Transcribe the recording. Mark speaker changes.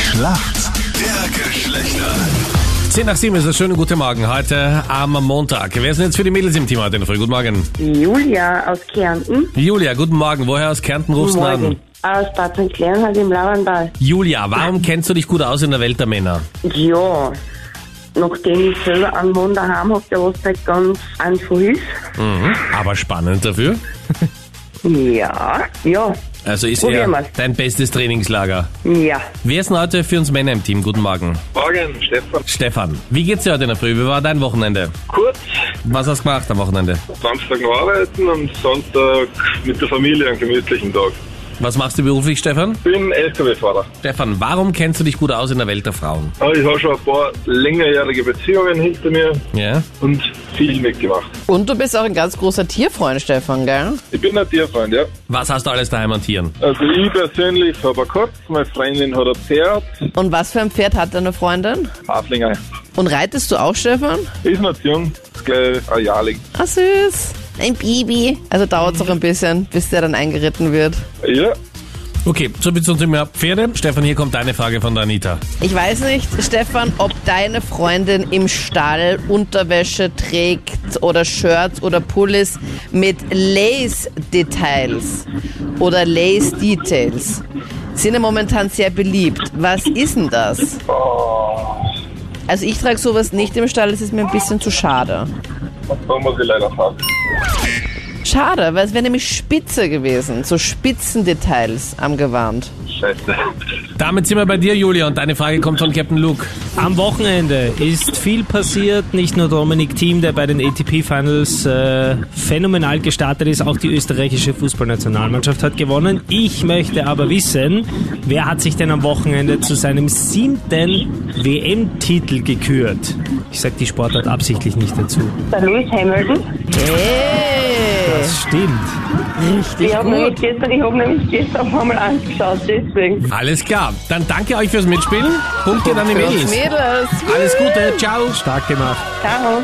Speaker 1: Schlacht der Geschlechter.
Speaker 2: 10 nach 7 ist das schöne gute Morgen heute am Montag. Wer ist denn jetzt für die Mädels im Team heute in der Früh? Guten Morgen.
Speaker 3: Julia aus Kärnten.
Speaker 2: Julia, guten Morgen. Woher aus Kärnten rufst du an?
Speaker 3: Morgen. Aus Bad St. Leonhard im Lauernball.
Speaker 2: Julia, warum kennst du dich gut aus in der Welt der Männer?
Speaker 3: Ja, nachdem ich selber einen Mann daheim hab, der was nicht ganz einfach ist.
Speaker 2: Mhm. Aber spannend dafür.
Speaker 3: Ja, ja,
Speaker 2: Also ist
Speaker 3: Probieren
Speaker 2: er
Speaker 3: wir's.
Speaker 2: dein bestes Trainingslager.
Speaker 3: ja.
Speaker 2: Wer ist denn heute für uns Männer im Team? Guten Morgen.
Speaker 4: Morgen, Stefan.
Speaker 2: Stefan, wie geht's dir heute in der Früh? Wie war dein Wochenende?
Speaker 4: Kurz,
Speaker 2: Was hast du gemacht am Wochenende?
Speaker 4: Samstag noch arbeiten und Sonntag mit der Familie einen gemütlichen Tag.
Speaker 2: Was machst du beruflich, Stefan?
Speaker 4: Bin LKW-Fahrer.
Speaker 2: Stefan, warum kennst du dich gut aus in der Welt der Frauen?
Speaker 4: Aber Ich habe schon ein paar längerjährige Beziehungen hinter mir
Speaker 2: Ja?
Speaker 4: und viel mitgemacht.
Speaker 5: Und du bist auch ein ganz großer Tierfreund, Stefan, gell?
Speaker 4: Ich bin ein Tierfreund, ja.
Speaker 2: Was hast du alles daheim an Tieren?
Speaker 4: Also ich persönlich habe einen Kopf, meine Freundin hat ein Pferd,
Speaker 5: Und was für ein Pferd hat deine Freundin?
Speaker 4: Haflinger.
Speaker 5: Und reitest du auch, Stefan?
Speaker 4: Ist noch zu jung, ist gleich ein Jahrling.
Speaker 5: Ah, süß. Ein Baby. Also dauert es auch ein bisschen, bis der dann eingeritten wird.
Speaker 4: Ja,
Speaker 2: Okay, so viel zum Thema Pferde. Stefan, hier kommt deine Frage von der Anita.
Speaker 5: Ich weiß nicht, Stefan, ob deine Freundin im Stall Unterwäsche trägt oder Shirts oder Pullis mit Lace-Details oder Lace-Details. Sind ja momentan sehr beliebt. Was ist denn das?
Speaker 4: Oh,
Speaker 5: Also ich trage sowas nicht im Stall, es ist mir ein bisschen zu schade.
Speaker 4: da muss ich leider fahren.
Speaker 5: Schade, weil es wäre nämlich spitze gewesen, so Spitzendetails am Gewand.
Speaker 4: Scheiße.
Speaker 2: Damit sind wir bei dir, Julia, und deine Frage kommt von Captain Luke.
Speaker 6: Am Wochenende ist viel passiert. Nicht nur Dominik Thiem, der bei den ATP-Finals äh, phänomenal gestartet ist, auch die österreichische Fußballnationalmannschaft hat gewonnen. Ich möchte aber wissen, wer hat sich denn am Wochenende zu seinem siebten WM-Titel gekürt? Ich sag die Sportart absichtlich nicht dazu.
Speaker 3: Der Lewis Hamilton.
Speaker 5: Hey,
Speaker 6: Das stimmt.
Speaker 3: Ich habe nämlich gestern, ich habe nämlich gestern auf einmal angeschaut, deswegen.
Speaker 2: Alles klar, dann danke euch fürs Mitspielen. Punkt geht an die
Speaker 5: für uns
Speaker 2: Mädels.
Speaker 5: Mädels.
Speaker 2: Alles Gute, ciao.
Speaker 6: Stark gemacht.
Speaker 3: Ciao.